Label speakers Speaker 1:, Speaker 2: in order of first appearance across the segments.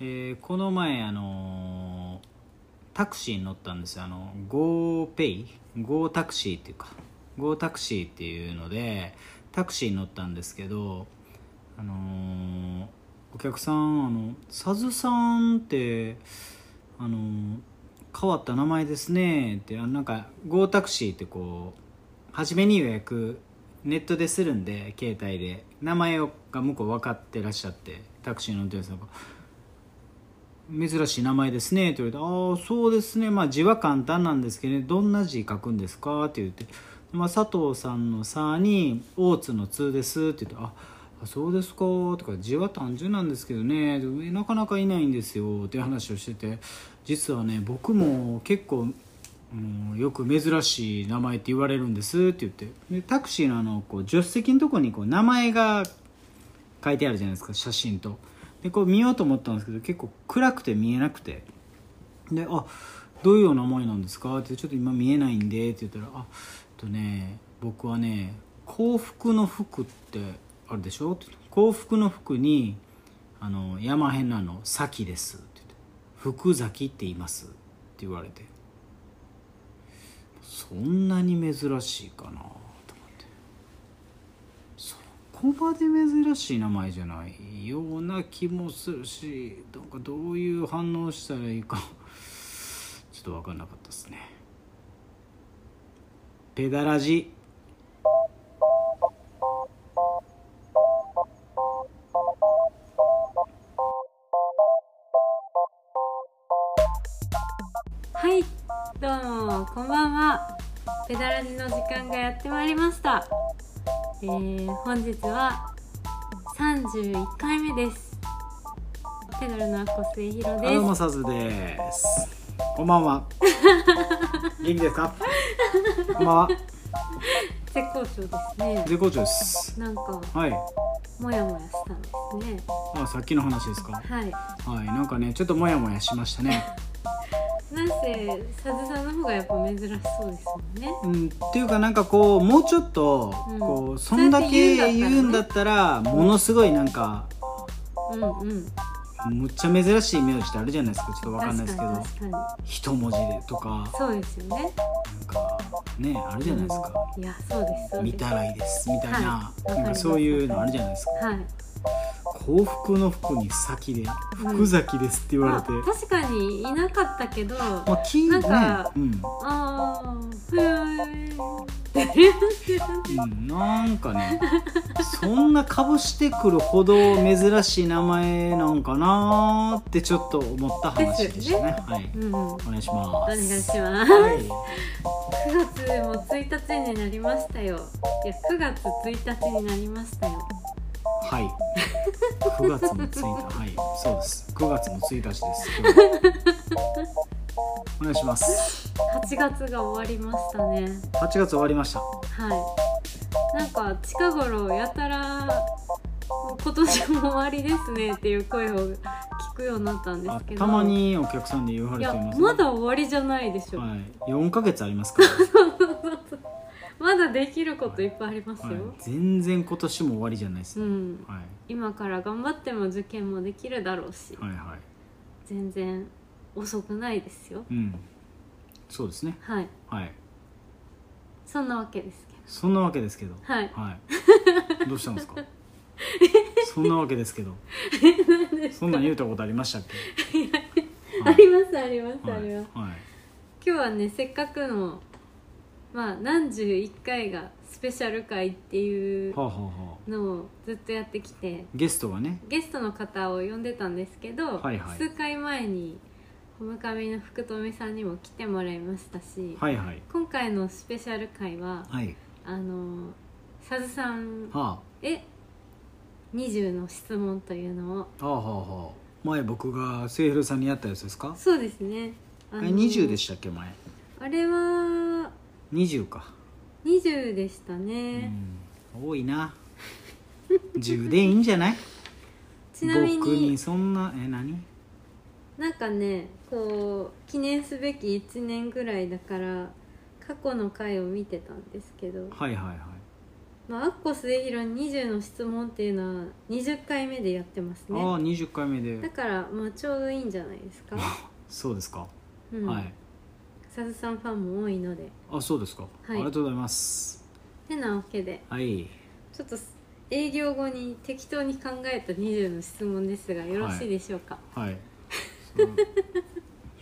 Speaker 1: えーこの前あのータクシーに乗ったんですよあの GoPayGo タクシーっていうか Go タクシーっていうのでタクシーに乗ったんですけどあのーお客さんあの「さずさんってあのー変わった名前ですね」ってあのなんか Go タクシーってこう初めに予約ネットでするんで携帯で名前をが向こう分かってらっしゃってタクシーの運転手さんが「珍しい名前ですね」って言われて「ああそうですねまあ字は簡単なんですけどねどんな字書くんですか?」って言って「まあ、佐藤さんの「さ」に「大津の「津」です」って言って「ああそうですか」とか「字は単純なんですけどねなかなかいないんですよ」って話をしてて実はね僕も結構もうよく珍しい名前って言われるんですって言ってでタクシーのあのこう助手席のとこにこう名前が書いてあるじゃないですか写真とでこう見ようと思ったんですけど結構暗くて見えなくてで「あどういうお名前なんですか?」って「ちょっと今見えないんで」って言ったら「あえっとね僕はね幸福の服ってあるでしょ?」って言って幸福の服にあの山辺なの「咲です」って言って「福崎って言います」って言われてそんなに珍しいかなと思ってそこまで珍しい名前じゃないような気もするしなんかどういう反応したらいいか ちょっと分かんなかったですねペダラジ
Speaker 2: はい、どうもこんばんは。ペダラジの時間がやってまいりました。えー、本日は31回目です。ペダルのアッコ末広
Speaker 1: ア
Speaker 2: で
Speaker 1: ロ
Speaker 2: す。
Speaker 1: マサズですこんばん は元気ですかこんばんは
Speaker 2: 絶好調ですね。
Speaker 1: 絶好調です
Speaker 2: なんか
Speaker 1: はい
Speaker 2: モヤモヤしたんですね。
Speaker 1: あさっきの話ですか
Speaker 2: は
Speaker 1: はいなんかねちょっとモヤモヤしましたね
Speaker 2: い。なんせサズさんの方がやっぱ珍しそうですもんね。
Speaker 1: うん、っていうかなんかこうもうちょっと
Speaker 2: うん
Speaker 1: こう、そんだけ言うんだったらものすごいなんか
Speaker 2: うんうん。
Speaker 1: むっちゃ珍しい名字ってあるじゃないですかちょっとわかんないですけど
Speaker 2: 確かに確か
Speaker 1: 一文字でとか
Speaker 2: に。そうですよね。
Speaker 1: なんかねあるじゃないですか
Speaker 2: いやそうですそ
Speaker 1: 「
Speaker 2: う
Speaker 1: 見
Speaker 2: です。
Speaker 1: たらいいです」みたいな,、
Speaker 2: はい
Speaker 1: なんかそういうのあるじゃないですか
Speaker 2: はい。
Speaker 1: 幸福の服に先で「福崎です」って言われて、
Speaker 2: あ確かにいなかったけど。
Speaker 1: まあ聞い
Speaker 2: なん
Speaker 1: ね
Speaker 2: か
Speaker 1: うん
Speaker 2: あーへー
Speaker 1: うんなんかねそんなかぶしてくるほど珍しい名前なんかなーってちょっと思った話でしたねはい
Speaker 2: うん、お
Speaker 1: お願いしますお
Speaker 2: 願いします9月も1日になりましたよいや9月1日になりましたよ
Speaker 1: はい、はい、9月の1日はいそうです9月の1日ですお願いします
Speaker 2: 8月が終わりましたね
Speaker 1: 8月終わりました
Speaker 2: はいなんか近頃やたらもう今年も終わりですねっていう声を聞くようになったんです
Speaker 1: あ
Speaker 2: けど
Speaker 1: たまにお客さんで言わ
Speaker 2: い
Speaker 1: れ
Speaker 2: や
Speaker 1: ています
Speaker 2: まだ終わりじゃないでしょ、
Speaker 1: はい、4ヶ月ありますから、
Speaker 2: まだできることいっぱいありますよ、
Speaker 1: はい全然今年も終わりじゃないです
Speaker 2: う
Speaker 1: ね、
Speaker 2: ん
Speaker 1: はい
Speaker 2: 今から頑張っても受験もできるだろうし、
Speaker 1: はいはい
Speaker 2: 全然遅くないですよ
Speaker 1: うんそうですね
Speaker 2: はい
Speaker 1: はい
Speaker 2: そんなわけですけど
Speaker 1: そんなわけですけど
Speaker 2: はい
Speaker 1: はい どうしたんですかそんなわけですけどそんなん言うたことありましたっけ
Speaker 2: ありますあります
Speaker 1: は
Speaker 2: あ
Speaker 1: い
Speaker 2: り
Speaker 1: は
Speaker 2: ま
Speaker 1: い
Speaker 2: す今日はねせっかくのまあ何十一回がスペシャル回っていう
Speaker 1: はあはあはあ
Speaker 2: のをずっとやってきて
Speaker 1: ゲストがね
Speaker 2: ゲストの方を呼んでたんですけど、
Speaker 1: はいはい
Speaker 2: 数回前にこむかみの福留さんにも来てもらいましたし、
Speaker 1: はいはい
Speaker 2: 今回のスペシャル回は
Speaker 1: はい
Speaker 2: あのさずさん
Speaker 1: は
Speaker 2: え20の質問というのを
Speaker 1: あはあはあはあ前僕がセイフルさんにやったやつですか
Speaker 2: そうですねあ
Speaker 1: あ
Speaker 2: の
Speaker 1: れ20でしたっけ前
Speaker 2: あれは
Speaker 1: 20か、
Speaker 2: 20でした
Speaker 1: う
Speaker 2: ね、
Speaker 1: ん、多いな10でいいんじゃない
Speaker 2: ちなみ
Speaker 1: 僕
Speaker 2: に
Speaker 1: にそんなえ何
Speaker 2: なんかねこう記念すべき1年ぐらいだから過去の回を見てたんですけど
Speaker 1: はいはいはい
Speaker 2: まあ、アッコ末広に20の質問っていうのは20回目でやってます
Speaker 1: ああ
Speaker 2: ね
Speaker 1: 20回目
Speaker 2: だ
Speaker 1: で
Speaker 2: からまあちょうどいいんじゃないです か、
Speaker 1: そうですか、
Speaker 2: うん、
Speaker 1: はい
Speaker 2: さずさんファンも多いので
Speaker 1: あそうですか、ありがとうございます
Speaker 2: てなわけで
Speaker 1: はい
Speaker 2: ちょっと営業後に適当に考えた20の質問ですがよろしいでしょうか、
Speaker 1: はいそう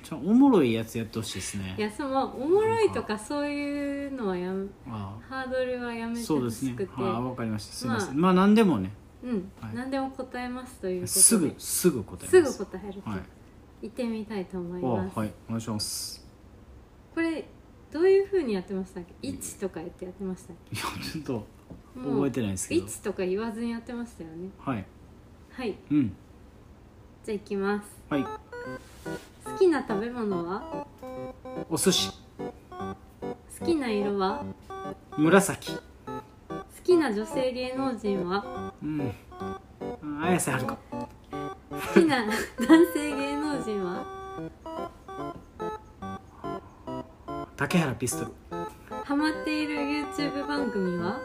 Speaker 1: ちょおもろいやつやってほしいですね
Speaker 2: いやそのおもろいとかそういうのはやめ
Speaker 1: あ
Speaker 2: ハードルはや
Speaker 1: あ
Speaker 2: めて
Speaker 1: そう
Speaker 2: ほ
Speaker 1: です
Speaker 2: し
Speaker 1: ね
Speaker 2: くて
Speaker 1: ああわかりましたすいません、
Speaker 2: まあ
Speaker 1: まあ何でもね
Speaker 2: うん、
Speaker 1: はい
Speaker 2: 何でも答えますということです
Speaker 1: ぐすぐ答え
Speaker 2: す
Speaker 1: ます
Speaker 2: ぐ答えると、
Speaker 1: はい
Speaker 2: 行ってみたいと思います、
Speaker 1: あはいお願いします
Speaker 2: これどういうふうにやってましたっけ1とかやってやってましたっ
Speaker 1: いやちょっと
Speaker 2: けもう
Speaker 1: 覚えてないですけど
Speaker 2: 1とか言わずにやってましたよね
Speaker 1: はい
Speaker 2: はい
Speaker 1: うん
Speaker 2: じゃあ行きます
Speaker 1: はい
Speaker 2: 好きな食べ物は
Speaker 1: お寿司
Speaker 2: 好きな色は
Speaker 1: 紫
Speaker 2: 好きな女性芸能人は
Speaker 1: うんあ綾瀬はるか
Speaker 2: 好きな 男性芸能人は
Speaker 1: 竹原ピストル
Speaker 2: ハマっている YouTube 番組は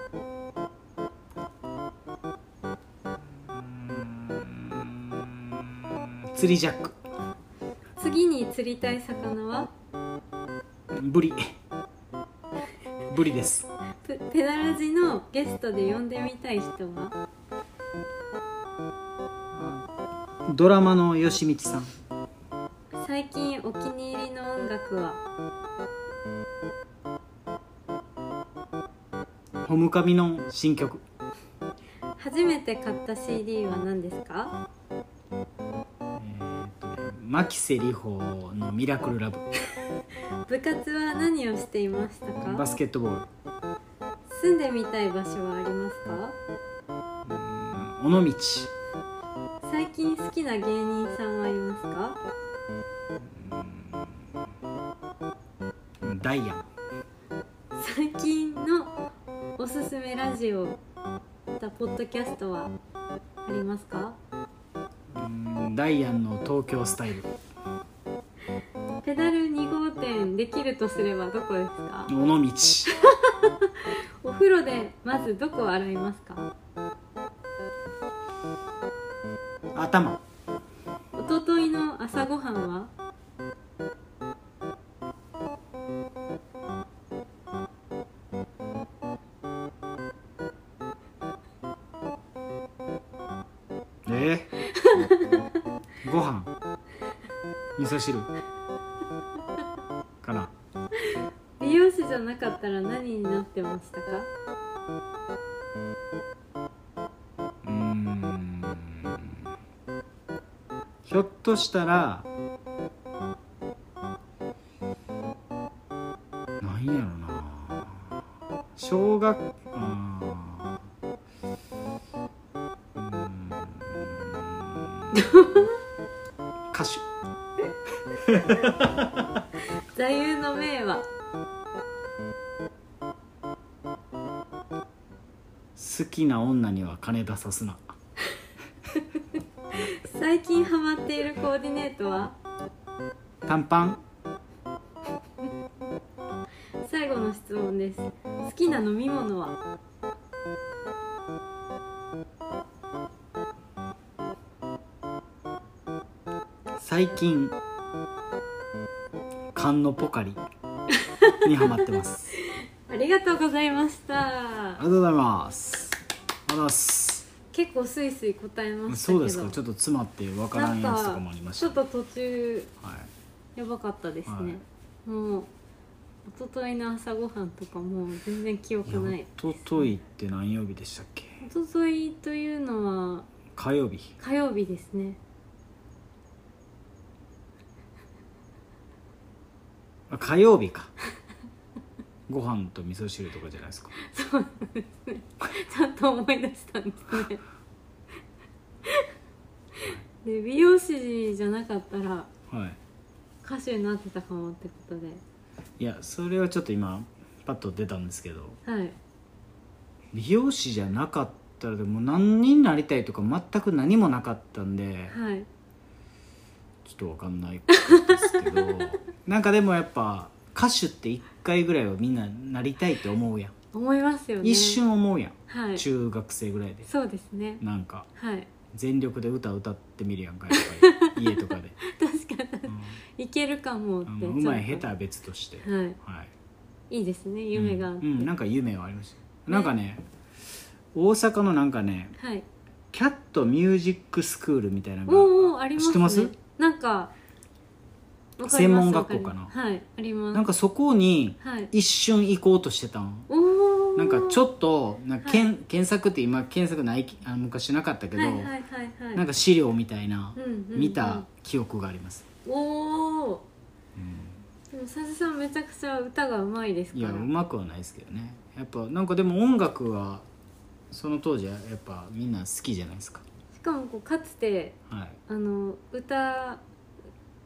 Speaker 1: 釣りジャック
Speaker 2: 次に釣りたい魚は
Speaker 1: ブリブリです
Speaker 2: ペペダラジのゲストで呼んでみたい人は
Speaker 1: ドラマの吉光さん
Speaker 2: 最近お気に入りの音楽は
Speaker 1: ホムカミの新曲
Speaker 2: 初めて買った CD は何ですか
Speaker 1: えーとね牧瀬里穂の「ミラクルラブ
Speaker 2: 部活は何をしていました」
Speaker 1: バ
Speaker 2: か
Speaker 1: スケットボール
Speaker 2: 住んでみたい場所はあります
Speaker 1: 尾道
Speaker 2: か最近好きな芸人さんはいますか
Speaker 1: ダイヤン
Speaker 2: 最近のおすすめラジオだポッドキャストはありますか
Speaker 1: うんダイアンの東京スタイル
Speaker 2: ペダル2号店できるとすればどこですか
Speaker 1: 尾道
Speaker 2: お風呂でまずどこを洗いますか
Speaker 1: 頭
Speaker 2: おとといの朝ごはんは
Speaker 1: えー、ご飯味噌汁かな
Speaker 2: 美容師じゃなかったら何になってましたか
Speaker 1: うーんひょっとしたらなんやろな小学あーうーん歌手
Speaker 2: 座右の銘は
Speaker 1: 好きな女には金出さすな
Speaker 2: 最近ハマっているコーディネートは
Speaker 1: 短パン
Speaker 2: 最後の質問です好きな飲み物は
Speaker 1: 最近缶のポカリにハマってます
Speaker 2: ありがとうございまし
Speaker 1: あ
Speaker 2: た
Speaker 1: りがとうございますありがとうございます
Speaker 2: 結構スイスイ答えましたけ
Speaker 1: そ
Speaker 2: ど
Speaker 1: うですかちょっと詰まって分からんやつとかもありました
Speaker 2: なんかちょっと途中
Speaker 1: はい、
Speaker 2: やばかったですね、
Speaker 1: は
Speaker 2: もう一昨日の朝ごはんとかもう全然記憶ない
Speaker 1: いやおとといって何曜日でしたっけ
Speaker 2: 一昨日というのは
Speaker 1: 火曜日
Speaker 2: 火曜日ですね
Speaker 1: あ火曜日 かご飯と味噌汁とかじゃないですか
Speaker 2: そうですね。ちゃんと思い出したんですね。 で美容師じゃなかったら
Speaker 1: はい
Speaker 2: 歌手になってたかもってことで、
Speaker 1: いやそれはちょっと今パッと出たんですけど
Speaker 2: はい。
Speaker 1: 美容師じゃなかったらでも何になりたいとか全く何もなかったん で
Speaker 2: はい。
Speaker 1: ちょっとわかんないですけどなんかでもやっぱ歌手って1回ぐらいはみんななりたいって思うやん
Speaker 2: 思いますよね
Speaker 1: 一瞬思うやん、
Speaker 2: はい
Speaker 1: 中学生ぐらいで
Speaker 2: そうですね
Speaker 1: なんか
Speaker 2: はい
Speaker 1: 全力で歌歌ってみるやんかやっぱり家とかで、
Speaker 2: 確か
Speaker 1: うん
Speaker 2: にいけるかもっ
Speaker 1: あ
Speaker 2: て
Speaker 1: のう
Speaker 2: ちょっ
Speaker 1: まい
Speaker 2: と
Speaker 1: 下手は別として、
Speaker 2: はい
Speaker 1: はい、
Speaker 2: いいですね夢があ
Speaker 1: う
Speaker 2: っ
Speaker 1: ん、
Speaker 2: て、
Speaker 1: うんなんか夢はありましたなんかね大阪のなんかね
Speaker 2: はい
Speaker 1: キャットミュージックスクールみたいなのが
Speaker 2: おうおうあります、
Speaker 1: 知
Speaker 2: ね、
Speaker 1: ってます
Speaker 2: なんかわかります
Speaker 1: 専門学校かな
Speaker 2: わりますはいあります
Speaker 1: なんかそこに
Speaker 2: はい
Speaker 1: 一瞬行こうとしてたん
Speaker 2: おお
Speaker 1: なんかち
Speaker 2: っ
Speaker 1: ょっとなんかけん、検索って今検索ないあの昔なかったけ
Speaker 2: と
Speaker 1: ど、
Speaker 2: はいはいはいは
Speaker 1: な
Speaker 2: い
Speaker 1: ん
Speaker 2: か、
Speaker 1: か資料みたいな、
Speaker 2: うんうんうん
Speaker 1: 見た記憶があります、
Speaker 2: おお
Speaker 1: うん
Speaker 2: でも佐々木さんめちゃくちゃ歌がうまいですか
Speaker 1: いや
Speaker 2: ら
Speaker 1: うまくはないですけどねやっぱなんかでも音楽はその当時はやっぱみんな好きじゃないですか
Speaker 2: しかもこうかつて
Speaker 1: はい
Speaker 2: あの歌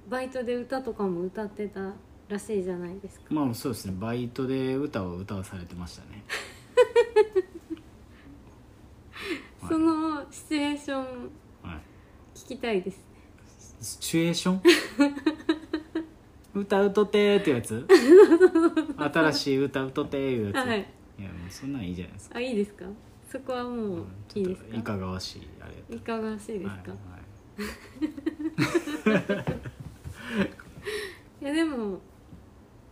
Speaker 2: バイトで歌とかも歌ってたらしいじゃないですか
Speaker 1: まあそうですねバイトで歌を歌わされてましたねはい
Speaker 2: そのシチュエーション
Speaker 1: はい
Speaker 2: 聞きたいですね
Speaker 1: シチュエー ション歌うとてーってやつ新しい歌うとてーいうやつ、、
Speaker 2: はいい
Speaker 1: やもうそんなんいいじゃないですか、
Speaker 2: あいいですかそこはもう
Speaker 1: ち
Speaker 2: いい
Speaker 1: ょ
Speaker 2: で
Speaker 1: っ
Speaker 2: す
Speaker 1: とい
Speaker 2: か
Speaker 1: かがわしいあれやった
Speaker 2: いかがらしいですか、
Speaker 1: はいはい
Speaker 2: いやでも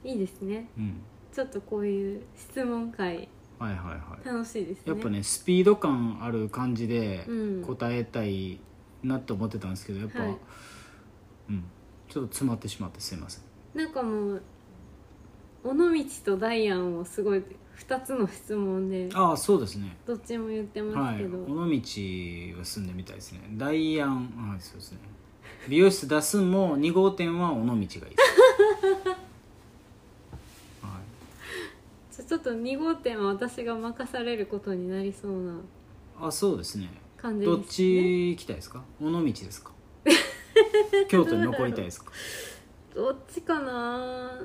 Speaker 2: いいですね
Speaker 1: うん
Speaker 2: ちょっとこういう質問会
Speaker 1: はいはいはい
Speaker 2: 楽しいですね
Speaker 1: やっぱねスピード感ある感じで
Speaker 2: うん
Speaker 1: 答えたいなって思ってたんですけどやっぱ、
Speaker 2: はい
Speaker 1: うんちょっと詰まってしまってすいません
Speaker 2: なんかもう尾道とダイアンをすごい2つの質問で
Speaker 1: ああそうですね
Speaker 2: どっちも言ってま
Speaker 1: は
Speaker 2: す
Speaker 1: い
Speaker 2: け
Speaker 1: 尾
Speaker 2: ど、
Speaker 1: 道は住んでみたいですねダイアンあそうですね美容室出すんも2号店は尾道がいいです、 は、
Speaker 2: じゃあちょっと2号店は私が任されることになりそうない
Speaker 1: あそうですね
Speaker 2: 感じですね
Speaker 1: どっち行きたいですか尾道です か京都に残りたいですか
Speaker 2: どっちかな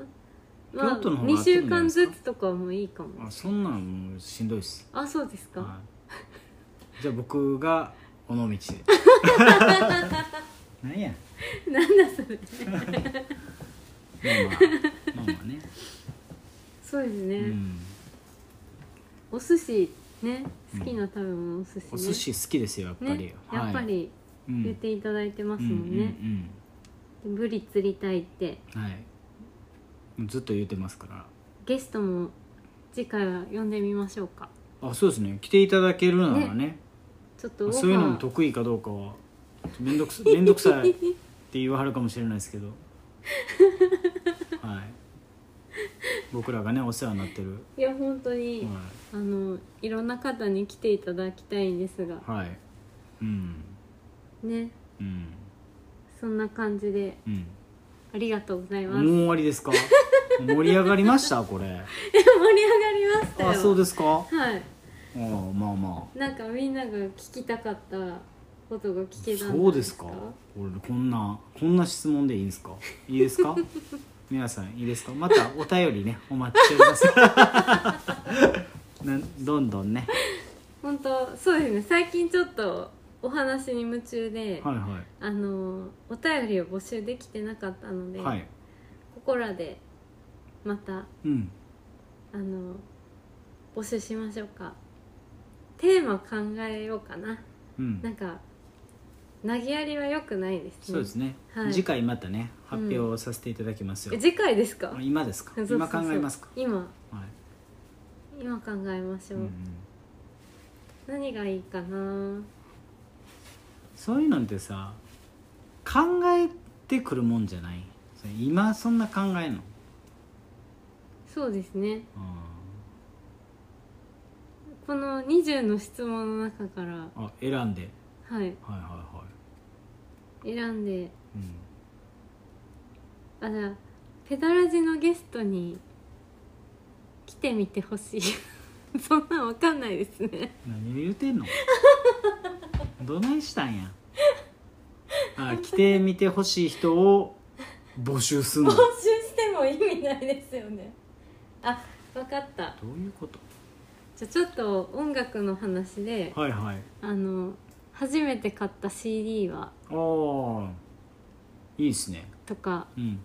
Speaker 2: まあ
Speaker 1: 京都の方が合
Speaker 2: 2
Speaker 1: ってる
Speaker 2: 週
Speaker 1: んじゃない
Speaker 2: 間
Speaker 1: ですか
Speaker 2: ずつとかもいいかも
Speaker 1: あそんなんもうしんどいっす、
Speaker 2: あそうですか、
Speaker 1: はい、じゃあ僕が尾道でなんや
Speaker 2: なんだそれ
Speaker 1: まあまあまあまあね、
Speaker 2: そうですね、
Speaker 1: うん、
Speaker 2: お寿司ね好きな食べ物お寿司ね、
Speaker 1: お寿司好きですよやっぱり、
Speaker 2: ねやっぱり
Speaker 1: うん
Speaker 2: 言っていただいてますもんね、
Speaker 1: うん
Speaker 2: ブリ釣りたいって
Speaker 1: うんうんはいもうずっと言ってますから
Speaker 2: ゲストも次回は呼んでみましょうか
Speaker 1: あそうですね来ていただけるならね
Speaker 2: ちょっとオファー
Speaker 1: そういうのも得意かどうかは面倒くさ 面倒くさいって言わはるかもしれないです けどはい僕らがねお世話になってる
Speaker 2: いや本当に、
Speaker 1: は
Speaker 2: あのいろんな方に来ていただきたいんですが
Speaker 1: い、はい、うん
Speaker 2: ね
Speaker 1: うん
Speaker 2: そんな感じで
Speaker 1: うん
Speaker 2: ありがとうござい
Speaker 1: も
Speaker 2: ます
Speaker 1: う
Speaker 2: え
Speaker 1: 終わり ですか盛り上がりましたこ れ
Speaker 2: 盛り上がりましたよ
Speaker 1: あそう
Speaker 2: で
Speaker 1: ですか
Speaker 2: すはい
Speaker 1: あまあまあ
Speaker 2: なんかみんなが聞きたかったことが聞けたんじゃない
Speaker 1: そうですか俺こんなこんな質問でいいんですかいいです か皆さんいいですかまたお便りねお待ちしております などんどんね
Speaker 2: 本当そうですね最近ちょっとお話に夢中で、
Speaker 1: はいは
Speaker 2: あのお便りを募集できてなかったので、
Speaker 1: いはい
Speaker 2: ここらでまた
Speaker 1: うん
Speaker 2: あの募集しましょうかテーマ考えようかな
Speaker 1: うん
Speaker 2: なんか投げやりは良くないですね
Speaker 1: そうですね、
Speaker 2: はい
Speaker 1: 次回またね発表させていただきますよ、
Speaker 2: え次回ですか
Speaker 1: あ今ですか
Speaker 2: そうそうそ
Speaker 1: 今
Speaker 2: う
Speaker 1: 考えますか
Speaker 2: 今
Speaker 1: はい、
Speaker 2: 今考えまし
Speaker 1: う
Speaker 2: ょ
Speaker 1: ん
Speaker 2: う、
Speaker 1: うん、
Speaker 2: 何がいいかな
Speaker 1: そういうのってさ考えてくるもんじゃないそれ今そんな考えんの
Speaker 2: そうですね
Speaker 1: あ
Speaker 2: この20の質問の中から
Speaker 1: ーあ選んで
Speaker 2: はい
Speaker 1: はいはいはい
Speaker 2: 選んで
Speaker 1: うん
Speaker 2: あじゃあペダラジのゲストに来てみてほしい そんなんわかんないですね
Speaker 1: 何を言うてん のどないしたんやあ来てみてほしい人を募集するの
Speaker 2: 募
Speaker 1: ど
Speaker 2: 集しても意味ないですよねあわかった
Speaker 1: ういうこと
Speaker 2: じゃあちょっと音楽の話で
Speaker 1: はいはい
Speaker 2: あの初めて買った CD は
Speaker 1: ああいいっすね
Speaker 2: とか
Speaker 1: うん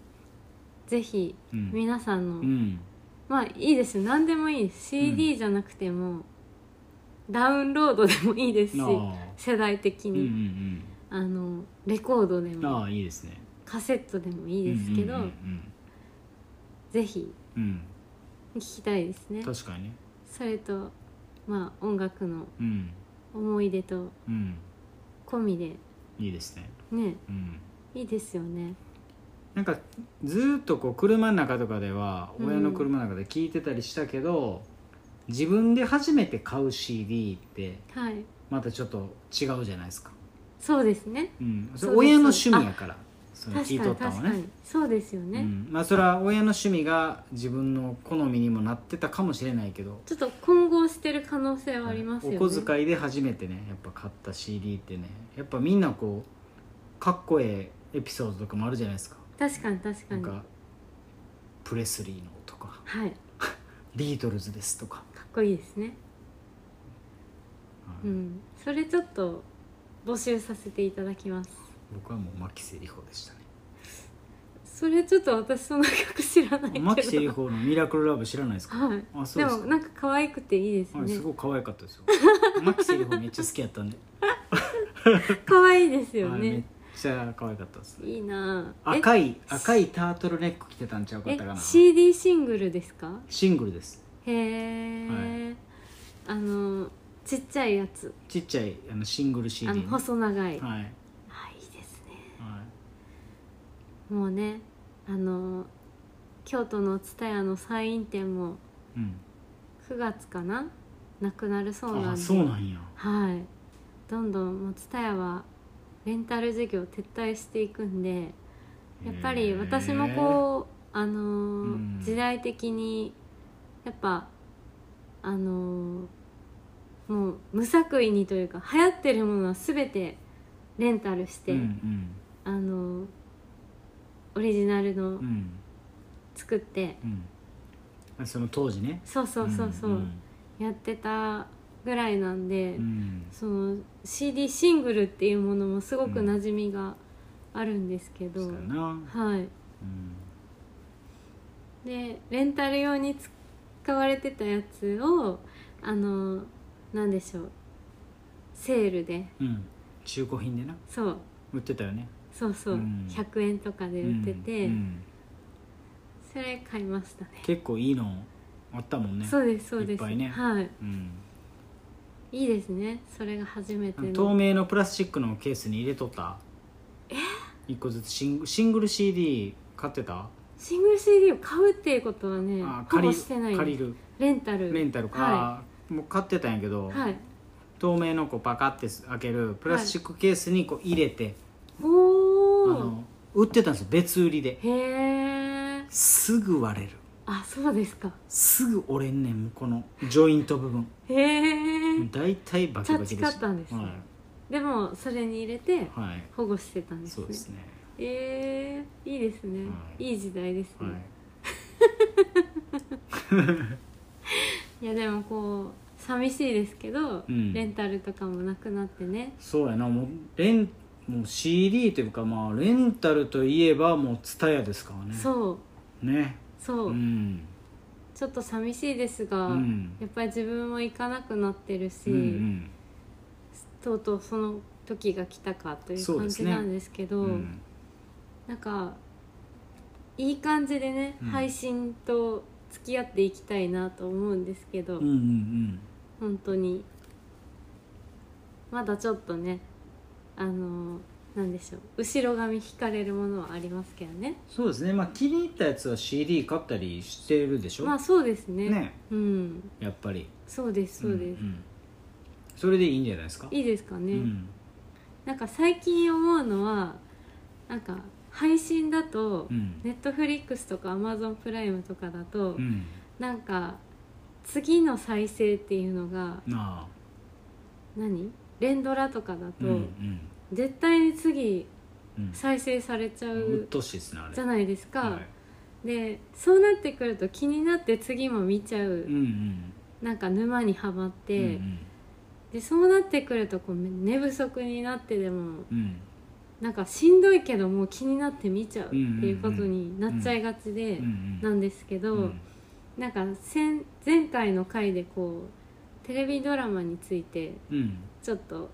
Speaker 2: ぜひ
Speaker 1: うん
Speaker 2: 皆さん
Speaker 1: う
Speaker 2: の
Speaker 1: ん
Speaker 2: まあいいですよ何でもいいです CD じゃなくても、ダウンロードでもいいですし
Speaker 1: あ
Speaker 2: 世代的
Speaker 1: ーうんう
Speaker 2: に、
Speaker 1: ん
Speaker 2: あのレコードで
Speaker 1: うん
Speaker 2: も
Speaker 1: ああいいですね
Speaker 2: カセットでもいいですけど、
Speaker 1: うんうん
Speaker 2: ぜひ
Speaker 1: うんうん、
Speaker 2: 聞きたいですね
Speaker 1: うん、確かにね
Speaker 2: それとまあ音楽の
Speaker 1: うん
Speaker 2: 思い出と
Speaker 1: うん
Speaker 2: 込みで
Speaker 1: いいですね
Speaker 2: ね
Speaker 1: うん
Speaker 2: いいですよね
Speaker 1: なんかずーっとこう車の中とかでは
Speaker 2: うん
Speaker 1: 親の車の中で聞いてたりしたけど、自分で初めて買う CD って
Speaker 2: はい
Speaker 1: またちょっと違うじゃないですか、
Speaker 2: そうですね
Speaker 1: うん、そ
Speaker 2: そう
Speaker 1: れ
Speaker 2: です
Speaker 1: 親の趣味やからそれ
Speaker 2: 確か
Speaker 1: 聞い
Speaker 2: に
Speaker 1: とっ
Speaker 2: 確
Speaker 1: たの
Speaker 2: か
Speaker 1: ね
Speaker 2: にそうですよね、
Speaker 1: うんまあ、それは親の趣味が自分の好みにもなってたかもしれないけど
Speaker 2: ちょっと混合してる可能性はありますよね
Speaker 1: お小遣いで初めてねやっぱ買った CD ってねやっぱみんなこうかっこええエピソードとかもあるじゃないですか
Speaker 2: 確かに確か
Speaker 1: なん
Speaker 2: に
Speaker 1: かプレスリーのとか
Speaker 2: はい
Speaker 1: ビートルズですとか、
Speaker 2: かっこいいですね
Speaker 1: はい
Speaker 2: うんそれちょっと募集させていただきます
Speaker 1: 僕はもう牧瀬里穂でした ね
Speaker 2: それちょっと私その曲知らないけど
Speaker 1: 牧瀬里穂の「ミラクルラブ」知らないですか、
Speaker 2: はい
Speaker 1: あそう
Speaker 2: で
Speaker 1: です
Speaker 2: も
Speaker 1: か
Speaker 2: なんか可愛くていいです
Speaker 1: はい、
Speaker 2: ね
Speaker 1: すごい可愛かった ですよ牧瀬里穂めっちゃ好きやったんで、
Speaker 2: 可愛いですよ
Speaker 1: はいめっ
Speaker 2: ね
Speaker 1: ちゃ可愛かったです
Speaker 2: いいなあえ
Speaker 1: 赤い赤いタートルネック着てたんちゃうかったか
Speaker 2: え
Speaker 1: な
Speaker 2: CD シングルですか
Speaker 1: シングルです
Speaker 2: へえ、あのちっちゃいやつ
Speaker 1: ちっちゃいあのシングル CD
Speaker 2: あの
Speaker 1: ね
Speaker 2: 細長い、
Speaker 1: はい、
Speaker 2: あいいですね
Speaker 1: は
Speaker 2: もうねあの京都の蔦屋のサイン店も
Speaker 1: いうん、
Speaker 2: 9月かななくなるそうなん
Speaker 1: あ
Speaker 2: で
Speaker 1: そうなんや
Speaker 2: はいどんどんもう蔦屋はレンタル事業撤退していくんでやっぱり私もこう、あのー
Speaker 1: うん
Speaker 2: 時代的にやっぱあのーもう無作為にというか流行ってるものは全てレンタルして、
Speaker 1: へーうん
Speaker 2: あのーオリジナルの
Speaker 1: うんうん
Speaker 2: 作って、
Speaker 1: うんその当時ね
Speaker 2: そうそうそうそう、
Speaker 1: ん
Speaker 2: やってたぐらいなんで、
Speaker 1: うん
Speaker 2: その CD シングルっていうものもすごく馴染みがあるんですけど、
Speaker 1: そうやな、
Speaker 2: はい
Speaker 1: うん、
Speaker 2: でレンタル用に使われてたやつをあのなんでしょうセールで
Speaker 1: うん、中古品でな
Speaker 2: そう
Speaker 1: 売ってたよね
Speaker 2: そうそう、
Speaker 1: うん
Speaker 2: 100円とかで売ってて、
Speaker 1: うんうん
Speaker 2: それ買いましたね
Speaker 1: 結構いいのあったもんね
Speaker 2: そうですそうです
Speaker 1: いっぱいね
Speaker 2: はい
Speaker 1: うん、
Speaker 2: いいですねそれが初めて
Speaker 1: 透
Speaker 2: の
Speaker 1: 明のプラスチックのケースに入れとったえ1個ずつシングシングル CD 買ってた、
Speaker 2: シングル CD を買うっていうことはね
Speaker 1: あ
Speaker 2: ほ
Speaker 1: 借
Speaker 2: ぼ
Speaker 1: り
Speaker 2: してない
Speaker 1: 借りる
Speaker 2: レンタル
Speaker 1: レンタルか、
Speaker 2: は
Speaker 1: もう買ってたんやけど、
Speaker 2: い、はい、
Speaker 1: 透明のこうパカって開けるプラスチックケースにこう入れて、
Speaker 2: お
Speaker 1: あ
Speaker 2: お
Speaker 1: の売ってたんですよ別売りで
Speaker 2: へえ
Speaker 1: すぐ割れる
Speaker 2: あそうですか
Speaker 1: すぐ折れんねんこのジョイント部分
Speaker 2: へえ、
Speaker 1: 大体バキバキで
Speaker 2: チャッチ買
Speaker 1: し
Speaker 2: ったんですね
Speaker 1: はい、
Speaker 2: でもそれに入れて
Speaker 1: はい、
Speaker 2: 保護してたんです
Speaker 1: そ
Speaker 2: ね
Speaker 1: うですね、
Speaker 2: えー、いいですね、
Speaker 1: はい
Speaker 2: い、い時代ですね、
Speaker 1: はい
Speaker 2: い、やでもこう寂しいですけど、
Speaker 1: うん
Speaker 2: レンタルとかもなくなってね
Speaker 1: そうやなもうレンもう CD というかまあレンタルといえばもう TSUTAYA ですからね
Speaker 2: そう
Speaker 1: ね
Speaker 2: そう、
Speaker 1: うん
Speaker 2: ちょっと寂しいです
Speaker 1: う
Speaker 2: が、
Speaker 1: ん
Speaker 2: やっぱり自分も行かなくなってるし、
Speaker 1: うんうん
Speaker 2: とうとうその時が来たかという
Speaker 1: そう
Speaker 2: 感
Speaker 1: です
Speaker 2: じ
Speaker 1: ね
Speaker 2: なんですけ
Speaker 1: う
Speaker 2: ど
Speaker 1: ん
Speaker 2: なんかいい感じでね、
Speaker 1: うん
Speaker 2: 配信と付き合っていきたいなと思うんですけど、
Speaker 1: うんうん
Speaker 2: 本当にまだちょっとねあのなんでしょう後ろ髪引かれるものはありますけどね
Speaker 1: そうですねまあ気に入ったやつは CD 買ったりしてるでしょ、
Speaker 2: まあそうですね
Speaker 1: ね
Speaker 2: うん
Speaker 1: やっぱり
Speaker 2: そうですそうです、
Speaker 1: んんそれでいいんじゃないですか
Speaker 2: いいですかね、
Speaker 1: うん
Speaker 2: なんか最近思うのはなんか配信だと、
Speaker 1: うん
Speaker 2: ネットフリックスとかアマゾンプライムとかだと、
Speaker 1: うん
Speaker 2: なんか次の再生っていうのが
Speaker 1: ああ
Speaker 2: 何連ドラとかだと、
Speaker 1: うんうん
Speaker 2: 絶対に次
Speaker 1: うん
Speaker 2: 再生されちゃ
Speaker 1: うっ
Speaker 2: う
Speaker 1: とうしいですねあれ
Speaker 2: じゃないですか、
Speaker 1: はい
Speaker 2: でそうなってくると気になって次も見ちゃう、
Speaker 1: うんうん
Speaker 2: なんか沼にはまって、
Speaker 1: うん
Speaker 2: でそうなってくるとこう寝不足になってでも
Speaker 1: うんうん
Speaker 2: なんかしんどいけどもう気になって見ちゃうって
Speaker 1: うんうんうん
Speaker 2: いうことになっちゃいがちで
Speaker 1: うんうん
Speaker 2: なんですけど、
Speaker 1: うん
Speaker 2: なんか先前回の回でこうテレビドラマについて
Speaker 1: うん
Speaker 2: ちょっと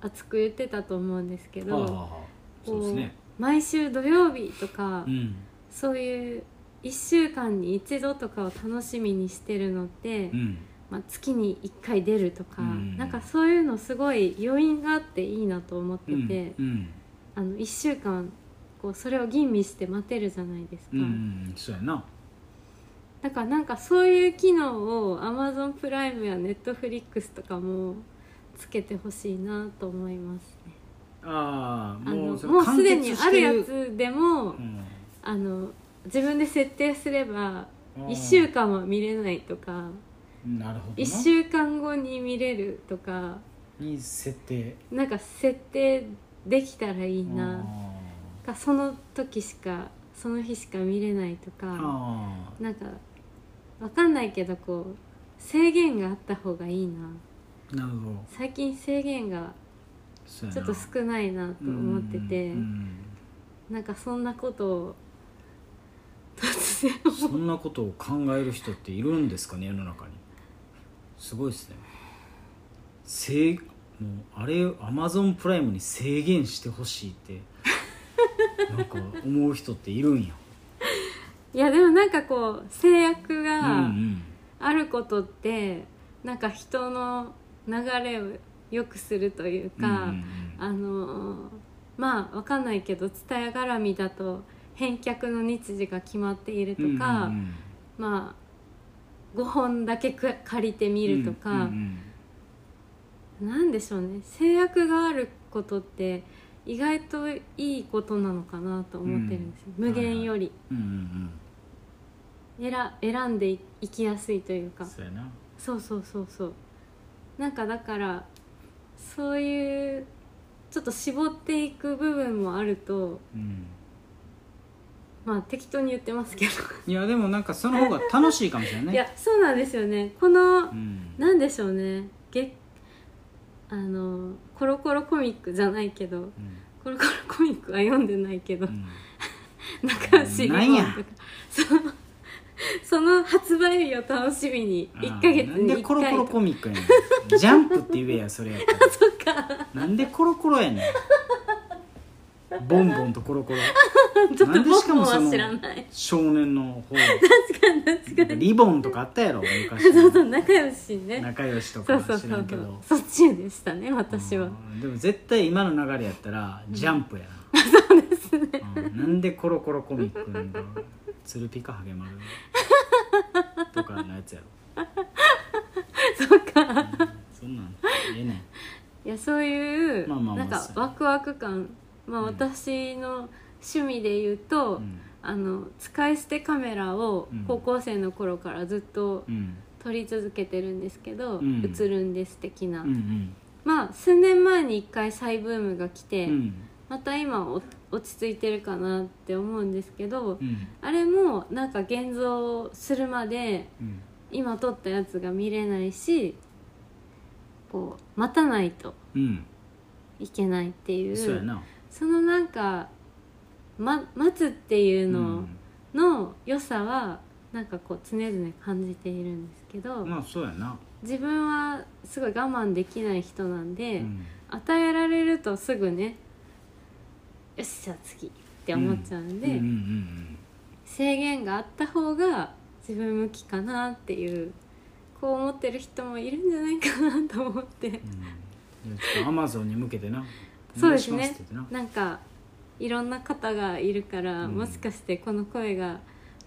Speaker 2: 熱く言ってたと思うんですけ
Speaker 1: はあ、はあ
Speaker 2: ど
Speaker 1: はあ、そうですね
Speaker 2: 毎週土曜日とか、
Speaker 1: うん
Speaker 2: そういう1週間に一度とかを楽しみにしてるのって、
Speaker 1: うん
Speaker 2: まあ、月に1回出るとか、
Speaker 1: うん
Speaker 2: なんかそういうのすごい余韻があっていいなと思って
Speaker 1: うん
Speaker 2: て、
Speaker 1: うん
Speaker 2: あの1週間こうそれを吟味して待てるじゃないですか、
Speaker 1: うんそうやな
Speaker 2: だからなんかそういう機能を Amazon プライムや Netflix とかもつけてほしいなと思いますね
Speaker 1: ああ
Speaker 2: あ
Speaker 1: も
Speaker 2: の
Speaker 1: うそれ
Speaker 2: もうすで
Speaker 1: 完
Speaker 2: に
Speaker 1: 結
Speaker 2: あ
Speaker 1: して
Speaker 2: るやつでも、
Speaker 1: うん
Speaker 2: あの自分で設定すれば
Speaker 1: あー
Speaker 2: 1週間は見れないとか
Speaker 1: なるほどな
Speaker 2: 1週間後に見れるとか
Speaker 1: に設定
Speaker 2: なんか設定できたらいいな
Speaker 1: あ
Speaker 2: かその時しかその日しか見れないと
Speaker 1: ー
Speaker 2: か
Speaker 1: あー
Speaker 2: なんかわかんないけどこう制限があった方がいいな
Speaker 1: なるほど
Speaker 2: 最近制限が
Speaker 1: そうや
Speaker 2: ちょ
Speaker 1: な
Speaker 2: っと少ないなと思ってて、
Speaker 1: うん
Speaker 2: なんかそんなことを突然
Speaker 1: うんそんなことを考える人っているんですかね世の中にすごいですね制もうあれアマゾンプライムに制限してほしいってなんか思う人っているん や
Speaker 2: いやでもなんかこう制約
Speaker 1: う
Speaker 2: が
Speaker 1: ん
Speaker 2: あることってなんか人の流れを良くするという
Speaker 1: うんうんうん
Speaker 2: か、あのーまあわかんないけど蔦屋絡みだと返却の日時が決まっていると
Speaker 1: うんうんうん
Speaker 2: か、まあ5本だけく借りてみるとか、
Speaker 1: うんうん
Speaker 2: なんでしょうね制約があることって意外といいことなのかなと思ってるんですよ、
Speaker 1: うん
Speaker 2: 無限より
Speaker 1: うんうんうん
Speaker 2: 選選んでいいきやすいという
Speaker 1: うん
Speaker 2: か
Speaker 1: そうやな
Speaker 2: そうそうそうそうなんかだからそういうちょっと絞っていく部分もあると
Speaker 1: うん
Speaker 2: まあ適当に言ってますけど
Speaker 1: いやでもなんかその方が楽しいかもしれないね
Speaker 2: いやそうなんですよねこの
Speaker 1: うん
Speaker 2: なんでしょうねげあのコロコロコミックじゃないけど
Speaker 1: うん
Speaker 2: コロコロコミックは読んでないけど
Speaker 1: うん
Speaker 2: 中橋リボ
Speaker 1: なんや
Speaker 2: ンとかその その発売日を楽しみに1か月
Speaker 1: なん
Speaker 2: に
Speaker 1: で
Speaker 2: 1
Speaker 1: コロコ
Speaker 2: 回
Speaker 1: ロ
Speaker 2: とか
Speaker 1: コミックやねんジャンプって言えやそれやったら
Speaker 2: そっか
Speaker 1: なんでコロコロやね んボンボンとコロコロ
Speaker 2: ちょっ
Speaker 1: な
Speaker 2: と
Speaker 1: んで
Speaker 2: 僕
Speaker 1: しかも
Speaker 2: も
Speaker 1: そ
Speaker 2: は
Speaker 1: の
Speaker 2: 知らない
Speaker 1: 少年の 方
Speaker 2: 確かに確かに
Speaker 1: リボンとかあったやろ昔
Speaker 2: そうそう仲良しね
Speaker 1: 仲良しと
Speaker 2: そ
Speaker 1: か
Speaker 2: うそう
Speaker 1: 知
Speaker 2: そ
Speaker 1: ら
Speaker 2: うん
Speaker 1: け
Speaker 2: そ
Speaker 1: ど
Speaker 2: うそっちでしたね私は
Speaker 1: うんでも絶対今の流れやったらジャンプやな、そうですね、なんでコロコロコミックなんだろうツルピカハゲマルとかのやつやろ
Speaker 2: そっか
Speaker 1: そんなんええねん
Speaker 2: いやそういう
Speaker 1: まあまあま
Speaker 2: な
Speaker 1: あ
Speaker 2: んか
Speaker 1: そう
Speaker 2: ワクワク感まあ
Speaker 1: うん
Speaker 2: 私の趣味で言うと
Speaker 1: うん
Speaker 2: あの使い捨てカメラを
Speaker 1: うん
Speaker 2: 高校生の頃からずっと
Speaker 1: うん
Speaker 2: 撮り続けてるんですけど
Speaker 1: うん
Speaker 2: 映るんです的な
Speaker 1: うん
Speaker 2: まあ数年前に一回再ブームが来て、
Speaker 1: うんうん
Speaker 2: また今お落ち着いてるかなって思うんですけど、
Speaker 1: うん
Speaker 2: あれもなんか現像するまで
Speaker 1: うん
Speaker 2: 今撮ったやつが見れないしこう待たないと
Speaker 1: うん
Speaker 2: いけないっていう
Speaker 1: そうやな
Speaker 2: そのなんか、ま、待つっていうのの良さはなんかこう常々感じているんですけど、
Speaker 1: うんまあそうやな、
Speaker 2: 自分はすごい我慢できない人なんで。
Speaker 1: うん
Speaker 2: 与えられるとすぐねよしじゃあ次って思っちゃうんで、
Speaker 1: うんうんうん
Speaker 2: 制限があった方が自分向きかなっていうこう思ってる人もいるんじゃないかなと思って
Speaker 1: うんいやちょっとアマゾンに向けてな
Speaker 2: そうですね
Speaker 1: お願いしまって言ってな
Speaker 2: なんかいろんな方がいるから、
Speaker 1: うん
Speaker 2: もしかしてこの声が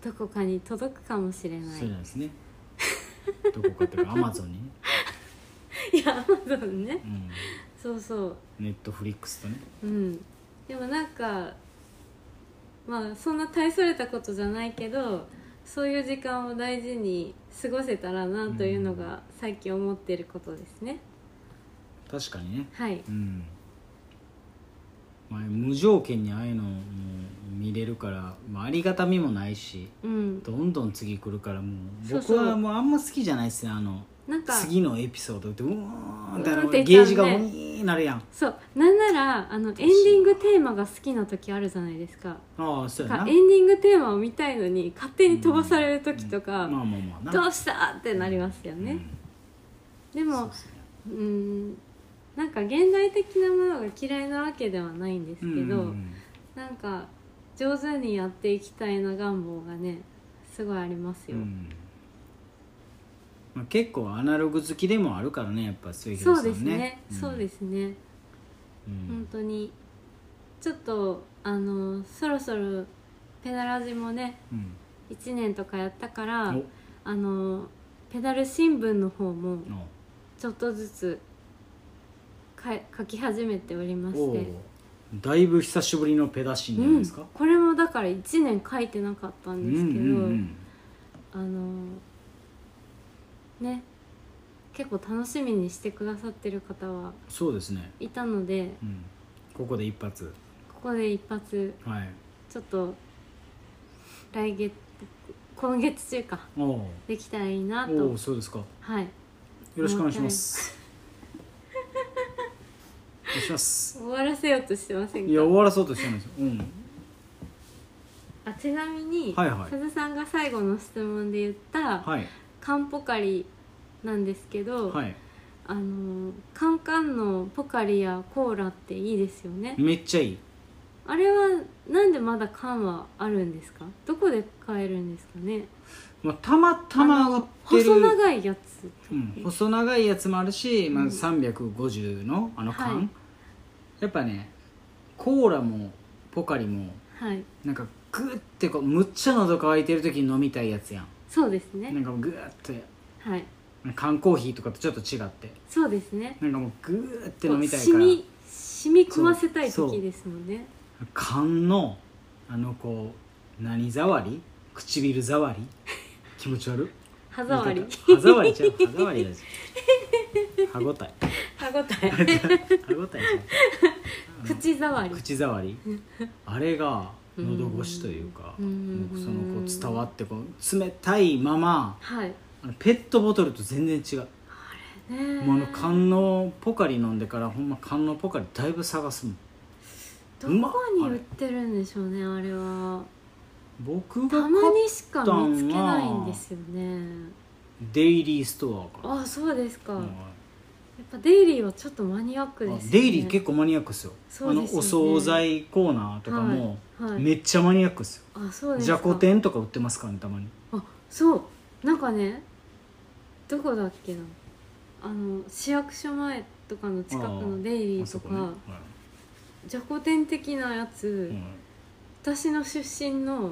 Speaker 2: どこかに届くかもしれない
Speaker 1: そうなんですねどこかっていうかアマゾンにね、
Speaker 2: いやアマゾンね
Speaker 1: うん
Speaker 2: そうそう
Speaker 1: ネットフリックスとね
Speaker 2: うんでもなんかまあそんな大それたことじゃないけどそういう時間を大事に過ごせたらなというのが最近思ってることですね、
Speaker 1: 確かにね
Speaker 2: はい
Speaker 1: うん、まあ、無条件にああいうのも見れるから、まあ、ありがたみもないし
Speaker 2: うん
Speaker 1: どんどん次来るからもう
Speaker 2: そう
Speaker 1: 僕
Speaker 2: そう
Speaker 1: はもうあんま好きじゃないですねあの
Speaker 2: なんか
Speaker 1: 次のエピソードってうーんってあ
Speaker 2: うーん
Speaker 1: の
Speaker 2: って言っちゃうね
Speaker 1: ゲージがウィーンなるやん
Speaker 2: そうなんならあのエンディングテーマが好きな時あるじゃないですか
Speaker 1: ああそうや
Speaker 2: な
Speaker 1: なん
Speaker 2: かエンディングテーマを見たいのに勝手に飛ばされる時とか、
Speaker 1: まあまあまあな
Speaker 2: どうしたってなりますよね、で
Speaker 1: うん
Speaker 2: も
Speaker 1: そうっすね
Speaker 2: うーんなんか現代的なものが嫌いなわけではないんですけど、
Speaker 1: うん
Speaker 2: なんか上手にやっていきたいな願望がねすごいあります
Speaker 1: う
Speaker 2: よ、
Speaker 1: んまあ、結構アナログ好きでもあるからねやっぱ水平
Speaker 2: そ
Speaker 1: さね、
Speaker 2: うんですね、そうですすね
Speaker 1: う
Speaker 2: 本
Speaker 1: ん
Speaker 2: 当にちょっとあのそろそろペダラジもね
Speaker 1: うん
Speaker 2: 1年とかやったから
Speaker 1: お
Speaker 2: あのペダル新聞の方もちょっとずつか書き始めておりま
Speaker 1: お
Speaker 2: し
Speaker 1: お
Speaker 2: て
Speaker 1: うだいぶ久しぶりのペダシンじゃないですか、
Speaker 2: これもだから1年書いてなかった
Speaker 1: うんん、
Speaker 2: ですけど、
Speaker 1: うん
Speaker 2: あのね結構楽しみにしてくださってる方は
Speaker 1: そうですね、
Speaker 2: いたので
Speaker 1: うん、ここで一発
Speaker 2: ここで一発
Speaker 1: はい
Speaker 2: ちょっと来月今月中か
Speaker 1: おお
Speaker 2: できたらいいな
Speaker 1: お
Speaker 2: と
Speaker 1: おそうですかよ
Speaker 2: はい
Speaker 1: ろしくお願いしますお願いします
Speaker 2: 終わらせようとしてません
Speaker 1: いや
Speaker 2: か
Speaker 1: 終わらそうとしてないですよ、うん、
Speaker 2: あちなみに、
Speaker 1: はいはい
Speaker 2: 鈴さんが最後の質問で言った、
Speaker 1: はい
Speaker 2: カンポカリなんですけど、
Speaker 1: はい
Speaker 2: あのカンカンのポカリやコーラっていいですよね
Speaker 1: めっちゃいい
Speaker 2: あれはなんでまだ缶はあるんですかどこで買えるんですかね
Speaker 1: まあ、たまたま売ってる
Speaker 2: 細長いやつ
Speaker 1: うん、細長いやつもあるし、まあ、
Speaker 2: うん
Speaker 1: 350のあの缶、
Speaker 2: はい
Speaker 1: やっぱねコーラもポカリも
Speaker 2: はい
Speaker 1: なんかグーってこうむっちゃ喉乾いてる時に飲みたいやつやん
Speaker 2: そうです
Speaker 1: な
Speaker 2: ね
Speaker 1: んかもうグーって
Speaker 2: はい
Speaker 1: 缶コーヒーとかとちょっと違って
Speaker 2: そうですね
Speaker 1: なんかもうグーって飲みたいか
Speaker 2: 染
Speaker 1: ら
Speaker 2: み染み込ませたい
Speaker 1: そうそ
Speaker 2: 時
Speaker 1: う
Speaker 2: ですもんね
Speaker 1: 缶のあのこう何触り唇触り気持ち悪い
Speaker 2: 歯触り
Speaker 1: 歯触りちゃう歯触りだし歯ごたえ
Speaker 2: 歯ごたえ
Speaker 1: 歯ごたえちゃう
Speaker 2: 口触り
Speaker 1: 口触りあれが喉越しというか
Speaker 2: うん
Speaker 1: もうそのこう伝わってこう冷たいまま
Speaker 2: はいね
Speaker 1: あのペットボトルと全然違う
Speaker 2: え
Speaker 1: もうあの観音ポカリ飲んでからほんま観音ポカリだいぶ探すもん
Speaker 2: どこに売ってるんでしょうねあれは
Speaker 1: 僕が
Speaker 2: た
Speaker 1: 買
Speaker 2: ま
Speaker 1: っ
Speaker 2: にしか見つけないんですよね
Speaker 1: デイリーストアから
Speaker 2: あそうですか、
Speaker 1: うん
Speaker 2: やっぱデイリーはちょっとマニアックです
Speaker 1: あ
Speaker 2: ね
Speaker 1: デイリー結構マニアックっすよ
Speaker 2: そうですよね
Speaker 1: あのお惣菜コーナーとかも
Speaker 2: はいはい
Speaker 1: めっちゃマニアックっすよ、
Speaker 2: あそうです
Speaker 1: じ
Speaker 2: か
Speaker 1: ゃこ天とか売ってますからねたまに
Speaker 2: あそうなんかねどこだっけなあの市役所前とかの近くのデイ
Speaker 1: あ
Speaker 2: リーと
Speaker 1: そこ
Speaker 2: か、
Speaker 1: ね、は
Speaker 2: じゃこ天的なやつ、
Speaker 1: いうん
Speaker 2: 私の出身の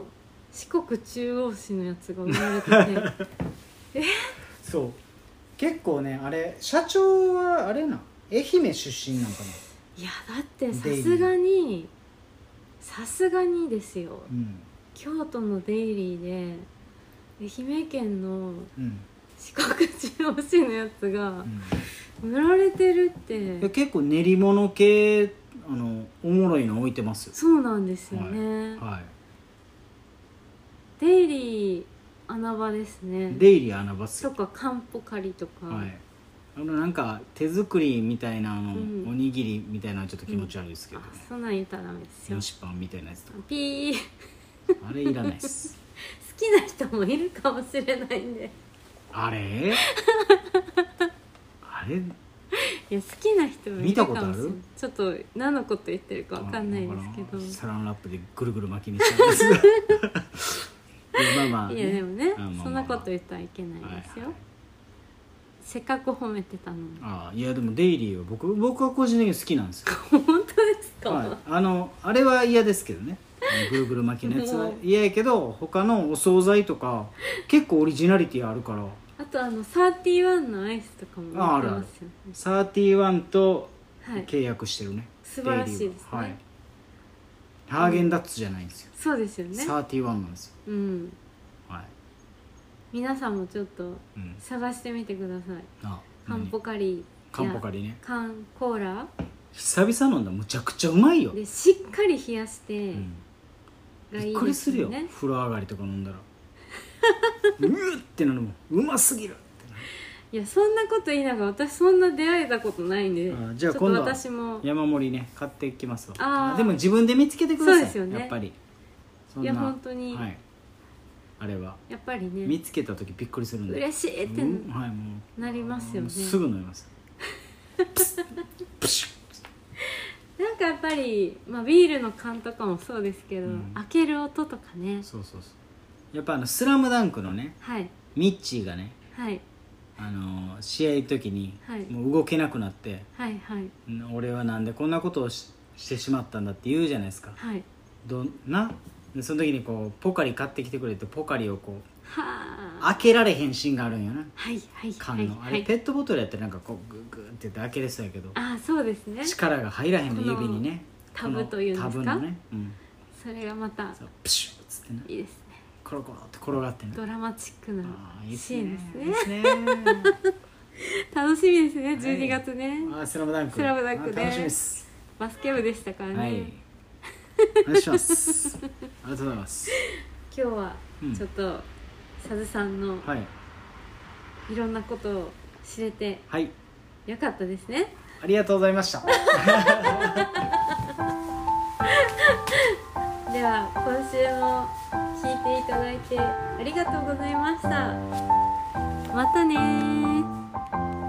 Speaker 2: 四国中央市のやつが売られ てて
Speaker 1: そう結構ねあれ社長はあれな愛媛出身なんかない
Speaker 2: やだってさすがにさすがにですよ
Speaker 1: うん
Speaker 2: 京都のデイリーで愛媛県の
Speaker 1: うん、
Speaker 2: 四国中央市のやつが
Speaker 1: うん
Speaker 2: 売られてるっ
Speaker 1: いや
Speaker 2: て
Speaker 1: 結構練り物系あのおもろいの置いてますよ
Speaker 2: そうなんですよね、
Speaker 1: はい
Speaker 2: デイリー穴場ですね
Speaker 1: デイリー穴場っす
Speaker 2: と
Speaker 1: よ
Speaker 2: かカンポカリとか、
Speaker 1: はいあのなんか手作りみたいなあの、
Speaker 2: うん
Speaker 1: おにぎりみたいなのはちょっと気持ち悪いですけ
Speaker 2: あ
Speaker 1: ど、ね
Speaker 2: そんなん言ったらダメですよ
Speaker 1: よしパンみたいなやつとか
Speaker 2: ピー好
Speaker 1: あれいらないっ す
Speaker 2: きな人もいるかもしれないんで
Speaker 1: あれあれ
Speaker 2: いや好きな人もい
Speaker 1: 見た
Speaker 2: るか
Speaker 1: ことある
Speaker 2: もしれないちょっと何のこと言ってるかわかんないですけ
Speaker 1: わからん
Speaker 2: ど
Speaker 1: サランラップでぐるぐる巻きにしたんですがいや まあまあ、
Speaker 2: いやでもね
Speaker 1: あまあまあまあ
Speaker 2: そんなこと言ったらいけないですよ、
Speaker 1: はいはい
Speaker 2: せっかく褒めてたのに
Speaker 1: ああいやでもデイリーは僕僕は個人的に好きなんですよ、
Speaker 2: 本当です か、
Speaker 1: はい、あのあれは嫌ですけどねあのぐるぐる巻きのや つは嫌やけど他のお惣菜とか結構オリジナリティあるから
Speaker 2: あとあの31のアイスとかも
Speaker 1: ああ
Speaker 2: 売って
Speaker 1: るあ
Speaker 2: ま
Speaker 1: る
Speaker 2: すよね
Speaker 1: 31と
Speaker 2: はい
Speaker 1: 契約してるね、
Speaker 2: 素晴らしい
Speaker 1: デイリ
Speaker 2: で
Speaker 1: ー
Speaker 2: すね
Speaker 1: ははいハーゲンダッツじゃないんですよ、
Speaker 2: そうですよね
Speaker 1: 31なんですよ
Speaker 2: うん
Speaker 1: はい、
Speaker 2: 皆さんもちょっと
Speaker 1: うん、
Speaker 2: 探してみてください
Speaker 1: あ
Speaker 2: カンポカリ
Speaker 1: カンポカ
Speaker 2: リ
Speaker 1: リね
Speaker 2: 缶コーラ
Speaker 1: 久々飲んだらむちゃくちゃうまいよ、
Speaker 2: でしっかり冷やして
Speaker 1: うん
Speaker 2: がい
Speaker 1: びっ
Speaker 2: い
Speaker 1: く
Speaker 2: で
Speaker 1: りす
Speaker 2: す
Speaker 1: るよ
Speaker 2: よね
Speaker 1: 風呂上がりとか飲んだらうーってなるもんうますぎるってなる
Speaker 2: いやそんなこと言いながら私そんな出会えたことないんで
Speaker 1: あじゃあ
Speaker 2: ちょ
Speaker 1: 今
Speaker 2: っと
Speaker 1: 度は
Speaker 2: 私も
Speaker 1: 山盛りね買っていきますわ
Speaker 2: あー
Speaker 1: でも自分で見つけてください
Speaker 2: そうですよね
Speaker 1: やっぱりそん
Speaker 2: い
Speaker 1: な
Speaker 2: や本当に、
Speaker 1: はい、あれは
Speaker 2: やっぱりね
Speaker 1: 見つけた時びっくりするんで
Speaker 2: 嬉しいって
Speaker 1: うんはいもう
Speaker 2: なりますよ
Speaker 1: も
Speaker 2: ね
Speaker 1: うすぐ飲みます
Speaker 2: なんかやっぱり、まあ、ビールの缶とかもそうですけど、
Speaker 1: うん
Speaker 2: 開ける音とかね
Speaker 1: そうそうそうやっぱあの「スラムダンクのね
Speaker 2: はい
Speaker 1: ミッチーがね
Speaker 2: はい
Speaker 1: あの試合の時に
Speaker 2: はい
Speaker 1: もう動けなくなって、
Speaker 2: はいはい
Speaker 1: うん俺はなんでこんなことをししてしまったんだって言うじゃないですか
Speaker 2: はい
Speaker 1: どんなでその時にこうポカリ買ってきてくれてポカリをこう
Speaker 2: はあ
Speaker 1: 開けられへんシーンがあるんよな
Speaker 2: はいはいは
Speaker 1: 缶
Speaker 2: い
Speaker 1: の、
Speaker 2: は
Speaker 1: あれ
Speaker 2: い
Speaker 1: ペットボトルやってなんかこうグーグーって言って開けれそうやけど
Speaker 2: あそうですね
Speaker 1: 力が入らへんの指にね
Speaker 2: このタブというんですか
Speaker 1: このタブのね、うん、
Speaker 2: それがまた
Speaker 1: そうプシュッつってね
Speaker 2: いいですね
Speaker 1: コロコロって転がってね
Speaker 2: ドラマチックな
Speaker 1: ああいいっす
Speaker 2: シーン
Speaker 1: ね
Speaker 2: です
Speaker 1: いいっ
Speaker 2: ね
Speaker 1: す ね
Speaker 2: 楽しみですね
Speaker 1: い
Speaker 2: 12月ね、
Speaker 1: ああスラムダンク
Speaker 2: スラムダンクね
Speaker 1: ああ楽しみです
Speaker 2: バスケ部でしたからね、
Speaker 1: はいお願いしますありがとうございます
Speaker 2: 今日は
Speaker 1: うん
Speaker 2: ちょっと、さずさんの
Speaker 1: はい
Speaker 2: いろんなことを知れて
Speaker 1: はい
Speaker 2: よかったですね
Speaker 1: ありがとうございました
Speaker 2: では今週も聞いていただいてありがとうございましたまたねー